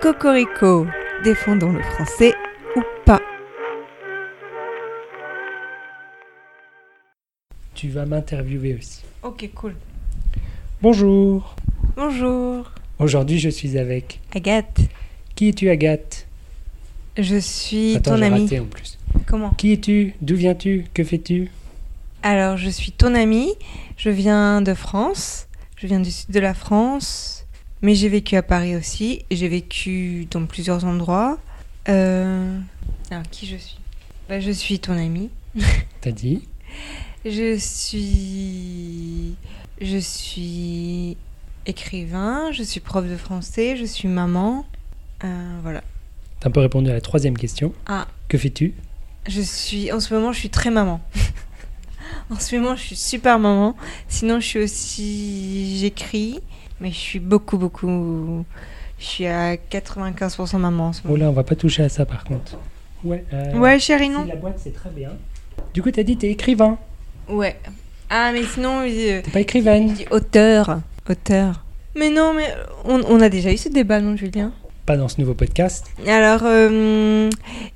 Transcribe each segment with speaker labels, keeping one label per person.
Speaker 1: Cocorico, défendons le français ou pas.
Speaker 2: Tu vas m'interviewer aussi.
Speaker 1: Ok, cool.
Speaker 2: Bonjour.
Speaker 1: Bonjour,
Speaker 2: Aujourd'hui, je suis avec.
Speaker 1: Agathe.
Speaker 2: Qui es-tu, Agathe
Speaker 1: Je suis
Speaker 2: Attends,
Speaker 1: ton
Speaker 2: j'ai
Speaker 1: amie.
Speaker 2: raté en plus.
Speaker 1: Comment
Speaker 2: Qui es-tu D'où viens-tu Que fais-tu
Speaker 1: Alors, je suis ton amie. Je viens de France. Je viens du sud de la France. Mais j'ai vécu à Paris aussi. J'ai vécu dans plusieurs endroits. Euh... Alors, qui je suis Bah, Je suis ton amie.
Speaker 2: T'as dit
Speaker 1: Je suis. Je suis écrivain, je suis prof de français, je suis maman. Euh, voilà.
Speaker 2: T'as un peu répondu à la troisième question.
Speaker 1: Ah.
Speaker 2: Que fais-tu
Speaker 1: Je suis. En ce moment, je suis très maman. en ce moment, je suis super maman. Sinon, je suis aussi. J'écris, mais je suis beaucoup, beaucoup. Je suis à 95% maman en ce
Speaker 2: Oh
Speaker 1: moment.
Speaker 2: là, on va pas toucher à ça par contre. Ouais. euh,
Speaker 1: Ouais, chérie,
Speaker 2: si,
Speaker 1: non
Speaker 2: la boîte, c'est très bien. Du coup, t'as dit t'es écrivain.
Speaker 1: Ouais. Ah, mais sinon. euh,
Speaker 2: T'es pas
Speaker 1: Il
Speaker 2: écrivaine.
Speaker 1: dit auteur. Auteur. Mais non, mais on, on a déjà eu ce débat, non, Julien
Speaker 2: Pas dans ce nouveau podcast.
Speaker 1: Alors, euh,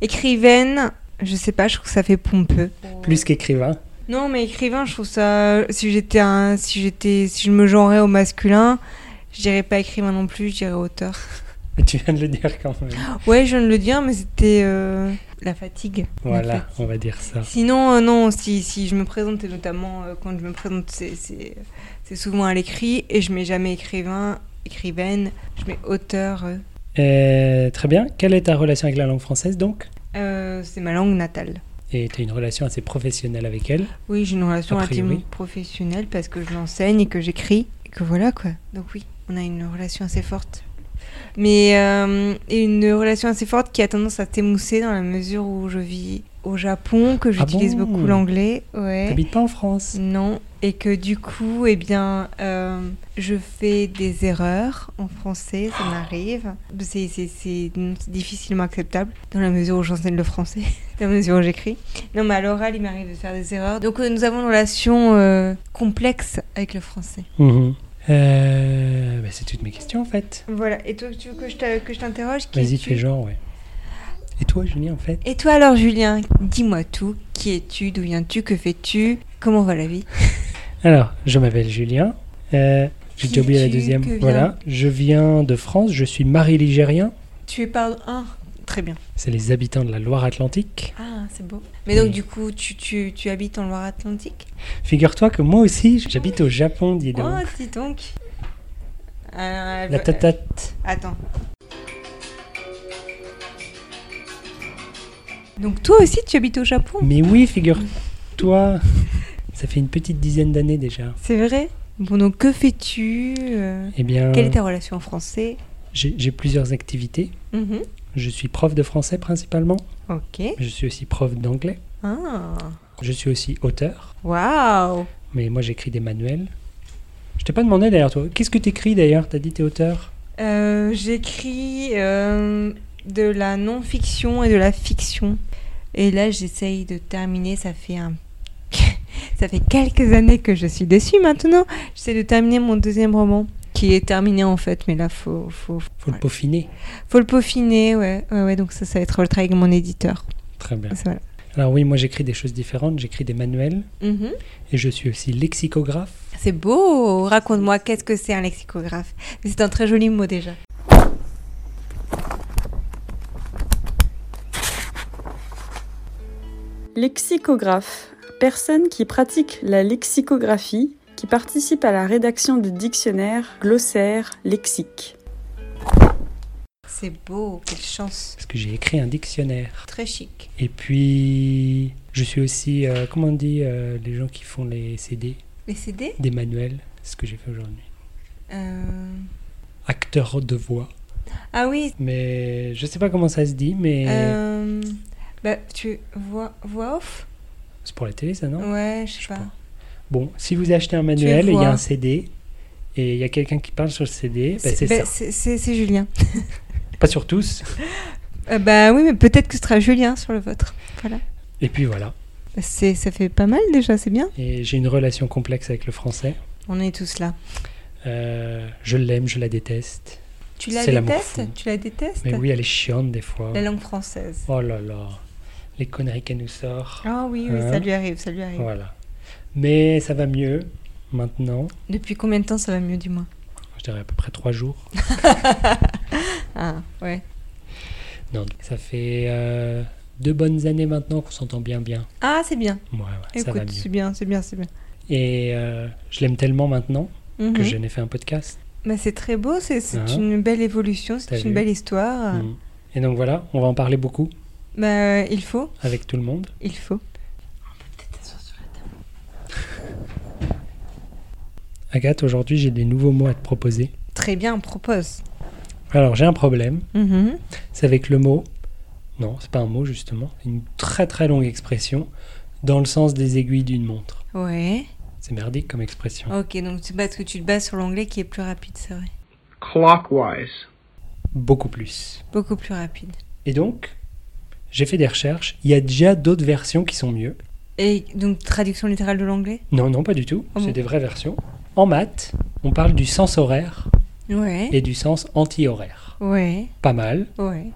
Speaker 1: écrivaine, je sais pas, je trouve que ça fait pompeux.
Speaker 2: Plus qu'écrivain.
Speaker 1: Non, mais écrivain, je trouve ça. Si j'étais un, si j'étais, si je me genrais au masculin, je dirais pas écrivain non plus, je dirais auteur.
Speaker 2: Mais tu viens de le dire quand même.
Speaker 1: Ouais, je viens de le dire, mais c'était euh, la fatigue. La
Speaker 2: Voilà,
Speaker 1: fatigue.
Speaker 2: on va dire ça.
Speaker 1: Sinon, euh, non, si, si je me présente, et notamment euh, quand je me présente, c'est- c'est c'est souvent à l'écrit, et je mets jamais écrivain, écrivaine, je mets auteur. euh.
Speaker 2: Euh, très bien. Quelle est ta relation avec la langue française donc
Speaker 1: Euh, c'est ma langue natale.
Speaker 2: Et tu as une relation assez professionnelle avec elle.
Speaker 1: Oui, j'ai une relation
Speaker 2: A priori.
Speaker 1: intimement professionnelle parce que je l'enseigne et que j'écris. Et que voilà quoi. Donc oui, on a une relation assez forte. Mais euh, et une relation assez forte qui a tendance à t'émousser dans la mesure où je vis au Japon, que j'utilise
Speaker 2: Ah bon
Speaker 1: beaucoup l'anglais. Ouais.
Speaker 2: T'habites pas en France.
Speaker 1: Non. Et que du coup, eh bien, euh, je fais des erreurs en français, ça m'arrive. C'est- C'est c'est- c'est difficilement acceptable dans la mesure où j'enseigne le français, dans la mesure où j'écris. Non, mais à l'oral, il m'arrive de faire des erreurs. Donc, euh, nous avons une relation euh, complexe avec le français.
Speaker 2: Mhm. Euh, bah, c'est toutes mes questions en fait.
Speaker 1: Voilà. Et toi, tu veux que je t'a- que je t'interroge qui
Speaker 2: Vas-y,
Speaker 1: es-tu
Speaker 2: fais genre, ouais. Et toi, Julien, en fait
Speaker 1: Et toi alors, Julien, dis-moi tout. Qui es-tu D'où viens-tu Que fais-tu Comment va la vie
Speaker 2: Alors, je m'appelle Julien. Euh,
Speaker 1: Qui
Speaker 2: J'ai déjà oublié la
Speaker 1: es-tu
Speaker 2: deuxième.
Speaker 1: Que viens-
Speaker 2: Voilà. Je viens de France. Je suis mari ligérien.
Speaker 1: Tu es par un. Très bien.
Speaker 2: C'est les habitants de la Loire-Atlantique.
Speaker 1: Ah, c'est beau. Mais donc,
Speaker 2: Oui.
Speaker 1: du coup, tu, tu, tu habites en Loire-Atlantique
Speaker 2: Figure-toi que moi aussi, j'habite au Japon, dis donc.
Speaker 1: Oh, dis donc Euh, elle
Speaker 2: la
Speaker 1: veut-
Speaker 2: tatate.
Speaker 1: Attends. Donc, toi aussi, tu habites au Japon
Speaker 2: Mais oui, figure-toi. Ça fait une petite dizaine d'années déjà.
Speaker 1: C'est vrai Bon, donc, que fais-tu Euh,
Speaker 2: Eh bien,
Speaker 1: Quelle est ta relation en français
Speaker 2: j'ai j'ai plusieurs activités.
Speaker 1: Mhm.
Speaker 2: Je suis prof de français principalement.
Speaker 1: Ok.
Speaker 2: Je suis aussi prof d'anglais.
Speaker 1: Ah,
Speaker 2: Je suis aussi auteur.
Speaker 1: waouh
Speaker 2: Mais moi, j'écris des manuels. Je t'ai pas demandé d'ailleurs, toi. Qu'est-ce que t'écris d'ailleurs T'as dit t'es auteur
Speaker 1: Euh, J'écris euh, de la non-fiction et de la fiction. Et là, j'essaye de terminer. Ça fait un... ça fait quelques années que je suis dessus maintenant. J'essaie de terminer mon deuxième roman, qui est terminé en fait, mais là, faut faut,
Speaker 2: Faut
Speaker 1: Ouais.
Speaker 2: le peaufiner.
Speaker 1: faut le peaufiner, ouais, ouais, ouais. Donc ça, ça va être le travail avec mon éditeur.
Speaker 2: Très bien.
Speaker 1: Voilà.
Speaker 2: Alors oui, moi j'écris des choses différentes. J'écris des manuels
Speaker 1: Mhm.
Speaker 2: et je suis aussi lexicographe.
Speaker 1: C'est beau. Raconte-moi, qu'est-ce que c'est un lexicographe C'est un très joli mot déjà.
Speaker 3: Lexicographe. Personne qui pratique la lexicographie, qui participe à la rédaction de dictionnaires, glossaires, lexiques.
Speaker 1: C'est beau. Quelle chance.
Speaker 2: Parce que j'ai écrit un dictionnaire.
Speaker 1: Très chic.
Speaker 2: Et puis, je suis aussi, euh, comment on dit, euh, les gens qui font les CD,
Speaker 1: Les CD
Speaker 2: des manuels. C'est ce que j'ai fait aujourd'hui.
Speaker 1: Euh,
Speaker 2: Acteur de voix.
Speaker 1: Ah oui,
Speaker 2: Mais je sais pas comment ça se dit, mais
Speaker 1: Euh, bah, tu vois voix off
Speaker 2: c'est pour la télé ça, non
Speaker 1: Ouais, je sais
Speaker 2: Je Bah,
Speaker 1: pas.
Speaker 2: sais pas. Bon, si vous achetez un manuel, il y
Speaker 1: vois.
Speaker 2: a un CD et il y a quelqu'un qui parle sur le CD, bah, c'est
Speaker 1: C'est bah,
Speaker 2: ça.
Speaker 1: c'est- c'est- c'est Julien.
Speaker 2: Pas sur tous.
Speaker 1: Euh, bah oui, mais peut-être que ce sera Julien sur le vôtre. Voilà.
Speaker 2: Et puis voilà.
Speaker 1: Bah, c'est- ça fait pas mal déjà, c'est bien.
Speaker 2: Et j'ai une relation complexe avec le français.
Speaker 1: On est tous là.
Speaker 2: Euh, je l'aime, je la déteste.
Speaker 1: Tu la
Speaker 2: C'est l'amour
Speaker 1: détestes
Speaker 2: fou.
Speaker 1: Tu la détestes
Speaker 2: Mais oui, elle est chiante des fois.
Speaker 1: La langue française.
Speaker 2: Oh là là, les conneries qu'elle nous sort.
Speaker 1: Ah oui, oui,
Speaker 2: Hein
Speaker 1: ça lui arrive, ça lui arrive.
Speaker 2: Voilà. Mais ça va mieux maintenant.
Speaker 1: Depuis combien de temps ça va mieux, du moins
Speaker 2: Je dirais à peu près trois jours.
Speaker 1: Ah, ouais.
Speaker 2: Non, ça fait euh, deux bonnes années maintenant qu'on s'entend bien, bien.
Speaker 1: Ah, c'est bien.
Speaker 2: Ouais, ouais, ça va
Speaker 1: Écoute,
Speaker 2: mieux.
Speaker 1: c'est bien, c'est bien, c'est bien.
Speaker 2: Et euh, je l'aime tellement maintenant que
Speaker 1: Mhm.
Speaker 2: je n'ai fait un podcast.
Speaker 1: Mais c'est très beau, c'est c'est
Speaker 2: Hein
Speaker 1: une belle évolution,
Speaker 2: T'as
Speaker 1: c'est une
Speaker 2: vu
Speaker 1: belle histoire.
Speaker 2: Mm. Et donc voilà, on va en parler beaucoup
Speaker 1: Bah, euh, il faut,
Speaker 2: avec tout le monde.
Speaker 1: il faut.
Speaker 2: Agathe, aujourd'hui, j'ai des nouveaux mots à te proposer.
Speaker 1: Très bien, on propose.
Speaker 2: Alors, j'ai un problème.
Speaker 1: Mhm.
Speaker 2: C'est avec le mot. Non, c'est pas un mot justement. Une très très longue expression dans le sens des aiguilles d'une montre.
Speaker 1: Ouais.
Speaker 2: C'est merdique comme expression.
Speaker 1: Ok, donc tu bases que tu te bases sur l'anglais qui est plus rapide, c'est vrai.
Speaker 4: clockwise.
Speaker 2: Beaucoup plus.
Speaker 1: Beaucoup plus rapide.
Speaker 2: Et donc, j'ai fait des recherches. Il y a déjà d'autres versions qui sont mieux.
Speaker 1: Et donc, traduction littérale de l'anglais
Speaker 2: Non, non, pas du tout.
Speaker 1: Ah
Speaker 2: c'est
Speaker 1: bon
Speaker 2: des vraies versions. En maths, on parle du sens horaire
Speaker 1: Ouais.
Speaker 2: et du sens anti-horaire.
Speaker 1: Ouais,
Speaker 2: Pas mal.
Speaker 1: ouais.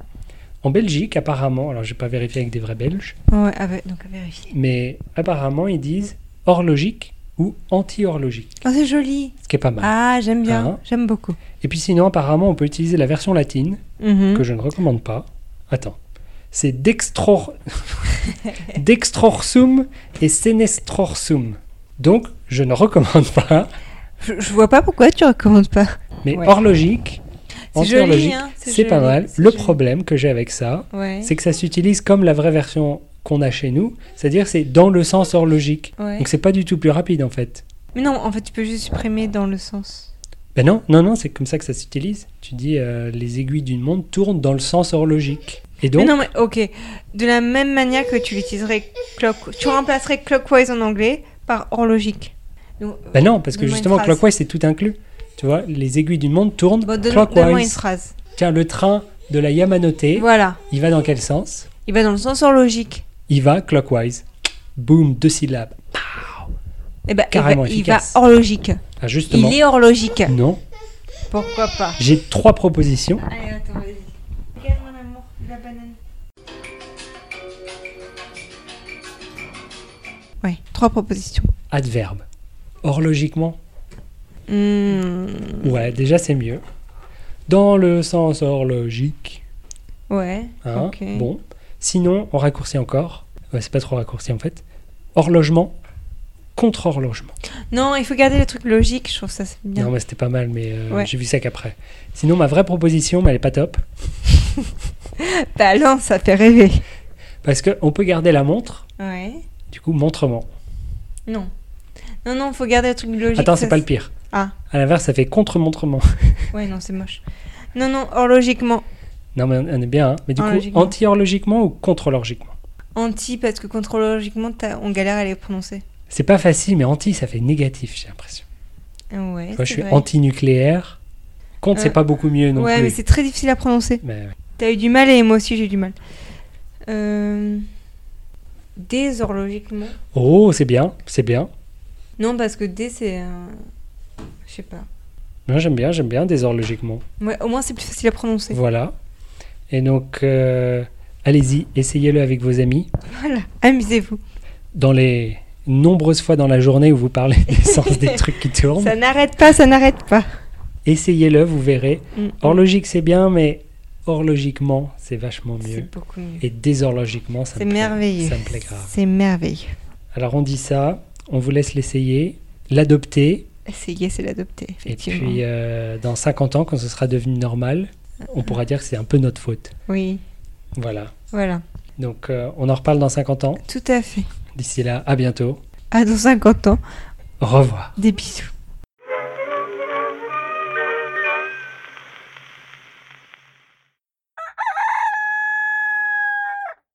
Speaker 2: En Belgique, apparemment, alors j'ai pas vérifié avec des vrais Belges,
Speaker 1: Ouais, à vé- donc à vérifier.
Speaker 2: mais apparemment ils disent horlogique ou anti-horlogique,
Speaker 1: Oh, c'est joli.
Speaker 2: ce qui est pas mal.
Speaker 1: Ah, j'aime bien,
Speaker 2: Hein
Speaker 1: j'aime beaucoup.
Speaker 2: Et puis sinon, apparemment, on peut utiliser la version latine
Speaker 1: Mhm.
Speaker 2: que je ne recommande pas. Attends. C'est dextror... dextrorsum et senestrorsum. Donc, je ne recommande pas,
Speaker 1: je, je vois pas pourquoi tu recommandes pas.
Speaker 2: mais
Speaker 1: Ouais.
Speaker 2: horlogique,
Speaker 1: C'est joli,
Speaker 2: anti-horlogique,
Speaker 1: hein
Speaker 2: c'est pas
Speaker 1: joli,
Speaker 2: mal.
Speaker 1: c'est
Speaker 2: Le
Speaker 1: joli.
Speaker 2: problème que j'ai avec ça,
Speaker 1: Ouais.
Speaker 2: c'est que ça s'utilise comme la vraie version qu'on a chez nous, c'est-à-dire c'est dans le sens horlogique.
Speaker 1: Ouais.
Speaker 2: Donc c'est pas du tout plus rapide en fait.
Speaker 1: Mais non, en fait, tu peux juste supprimer dans le sens.
Speaker 2: Ben non, non, non, c'est comme ça que ça s'utilise. Tu dis euh, les aiguilles d'une montre tournent dans le sens horlogique. Et donc,
Speaker 1: mais non, mais ok. De la même manière que tu l'utiliserais clock... Tu remplacerais clockwise en anglais par horlogique. Bah Donc,
Speaker 2: ben non, parce que
Speaker 1: Donne-moi une
Speaker 2: justement,
Speaker 1: phrase.
Speaker 2: clockwise c'est tout inclus. Tu vois, les aiguilles d'une montre tournent
Speaker 1: bon, donne- donne-moi une
Speaker 2: clockwise.
Speaker 1: phrase.
Speaker 2: Tiens, le train de la Yamanote,
Speaker 1: Voilà.
Speaker 2: il va dans quel sens
Speaker 1: Il va dans le sens horlogique.
Speaker 2: Il va clockwise. Boum, deux syllabes.
Speaker 1: Eh ben, eh ben,
Speaker 2: Carrément
Speaker 1: il va
Speaker 2: efficace.
Speaker 1: horlogique.
Speaker 2: Ah justement.
Speaker 1: Il est horlogique.
Speaker 2: Non,
Speaker 1: Pourquoi pas
Speaker 2: j'ai trois propositions.
Speaker 1: Allez, attends, vas-y. Regarde mon amour, la banane. Ouais, trois propositions.
Speaker 2: Adverbe. Horlogiquement,
Speaker 1: Hmm,
Speaker 2: ouais, déjà c'est mieux. Dans le sens horlogique.
Speaker 1: ouais,
Speaker 2: Hein,
Speaker 1: ok.
Speaker 2: Bon. Sinon, on raccourcit encore. Ouais, c'est pas trop raccourci en fait. Horlogement, contre-horlogement.
Speaker 1: Non, il faut garder les trucs logiques, je trouve ça c'est bien.
Speaker 2: Non, mais c'était pas mal, mais euh,
Speaker 1: Ouais.
Speaker 2: j'ai vu ça qu'après. Sinon, ma vraie proposition, mais elle est pas top.
Speaker 1: Talent, ça fait rêver.
Speaker 2: Parce qu'on peut garder la montre,
Speaker 1: Ouais.
Speaker 2: du coup, montrement.
Speaker 1: Non. Non, non, faut garder les trucs logiques.
Speaker 2: Attends,
Speaker 1: ça,
Speaker 2: c'est pas le pire.
Speaker 1: Ah.
Speaker 2: À l'inverse, ça fait contre-montrement.
Speaker 1: Ouais, non, c'est moche. Non, non, horlogiquement.
Speaker 2: Non, mais on on est bien, hein. Mais du coup,
Speaker 1: Horlogiquement.
Speaker 2: anti-horlogiquement ou contre-horlogiquement
Speaker 1: Anti, parce que contrôlologiquement, t'as- on galère à les prononcer.
Speaker 2: C'est pas facile, mais anti, ça fait négatif, j'ai l'impression.
Speaker 1: Ouais,
Speaker 2: Tu vois,
Speaker 1: c'est
Speaker 2: je suis
Speaker 1: vrai.
Speaker 2: anti-nucléaire. Contre,
Speaker 1: Euh,
Speaker 2: c'est pas beaucoup mieux non
Speaker 1: Ouais,
Speaker 2: plus.
Speaker 1: mais c'est très difficile à prononcer.
Speaker 2: Mais, ouais.
Speaker 1: T'as eu du mal et moi aussi j'ai eu du mal. Euh... Désorlogiquement
Speaker 2: Oh, c'est bien, c'est bien.
Speaker 1: Non, parce que dé c'est un. Je sais pas.
Speaker 2: Non, j'aime bien, j'aime bien, déshorlogiquement.
Speaker 1: Ouais, au moins c'est plus facile à prononcer.
Speaker 2: Voilà. Et donc, euh, allez-y, essayez-le avec vos amis.
Speaker 1: Voilà, amusez-vous.
Speaker 2: Dans les nombreuses fois dans la journée où vous parlez des sens des trucs qui tournent,
Speaker 1: Ça n'arrête pas, ça n'arrête pas.
Speaker 2: essayez-le, vous verrez.
Speaker 1: Mm.
Speaker 2: Horlogique, c'est bien, mais horlogiquement, c'est vachement mieux.
Speaker 1: C'est beaucoup mieux.
Speaker 2: Et déshorlogiquement, ça
Speaker 1: C'est
Speaker 2: me plaît.
Speaker 1: merveilleux.
Speaker 2: Ça me plaît grave.
Speaker 1: C'est merveilleux.
Speaker 2: Alors, on dit ça, on vous laisse l'essayer, l'adopter,
Speaker 1: Essayer, c'est l'adopter,
Speaker 2: et
Speaker 1: effectivement.
Speaker 2: puis euh, dans 50 ans, quand ce sera devenu normal, on pourra dire que c'est un peu notre faute.
Speaker 1: Oui,
Speaker 2: Voilà.
Speaker 1: voilà.
Speaker 2: Donc, euh, on en reparle dans 50 ans.
Speaker 1: Tout à fait.
Speaker 2: D'ici là, à bientôt.
Speaker 1: À dans 50 ans,
Speaker 2: Au revoir.
Speaker 1: des bisous.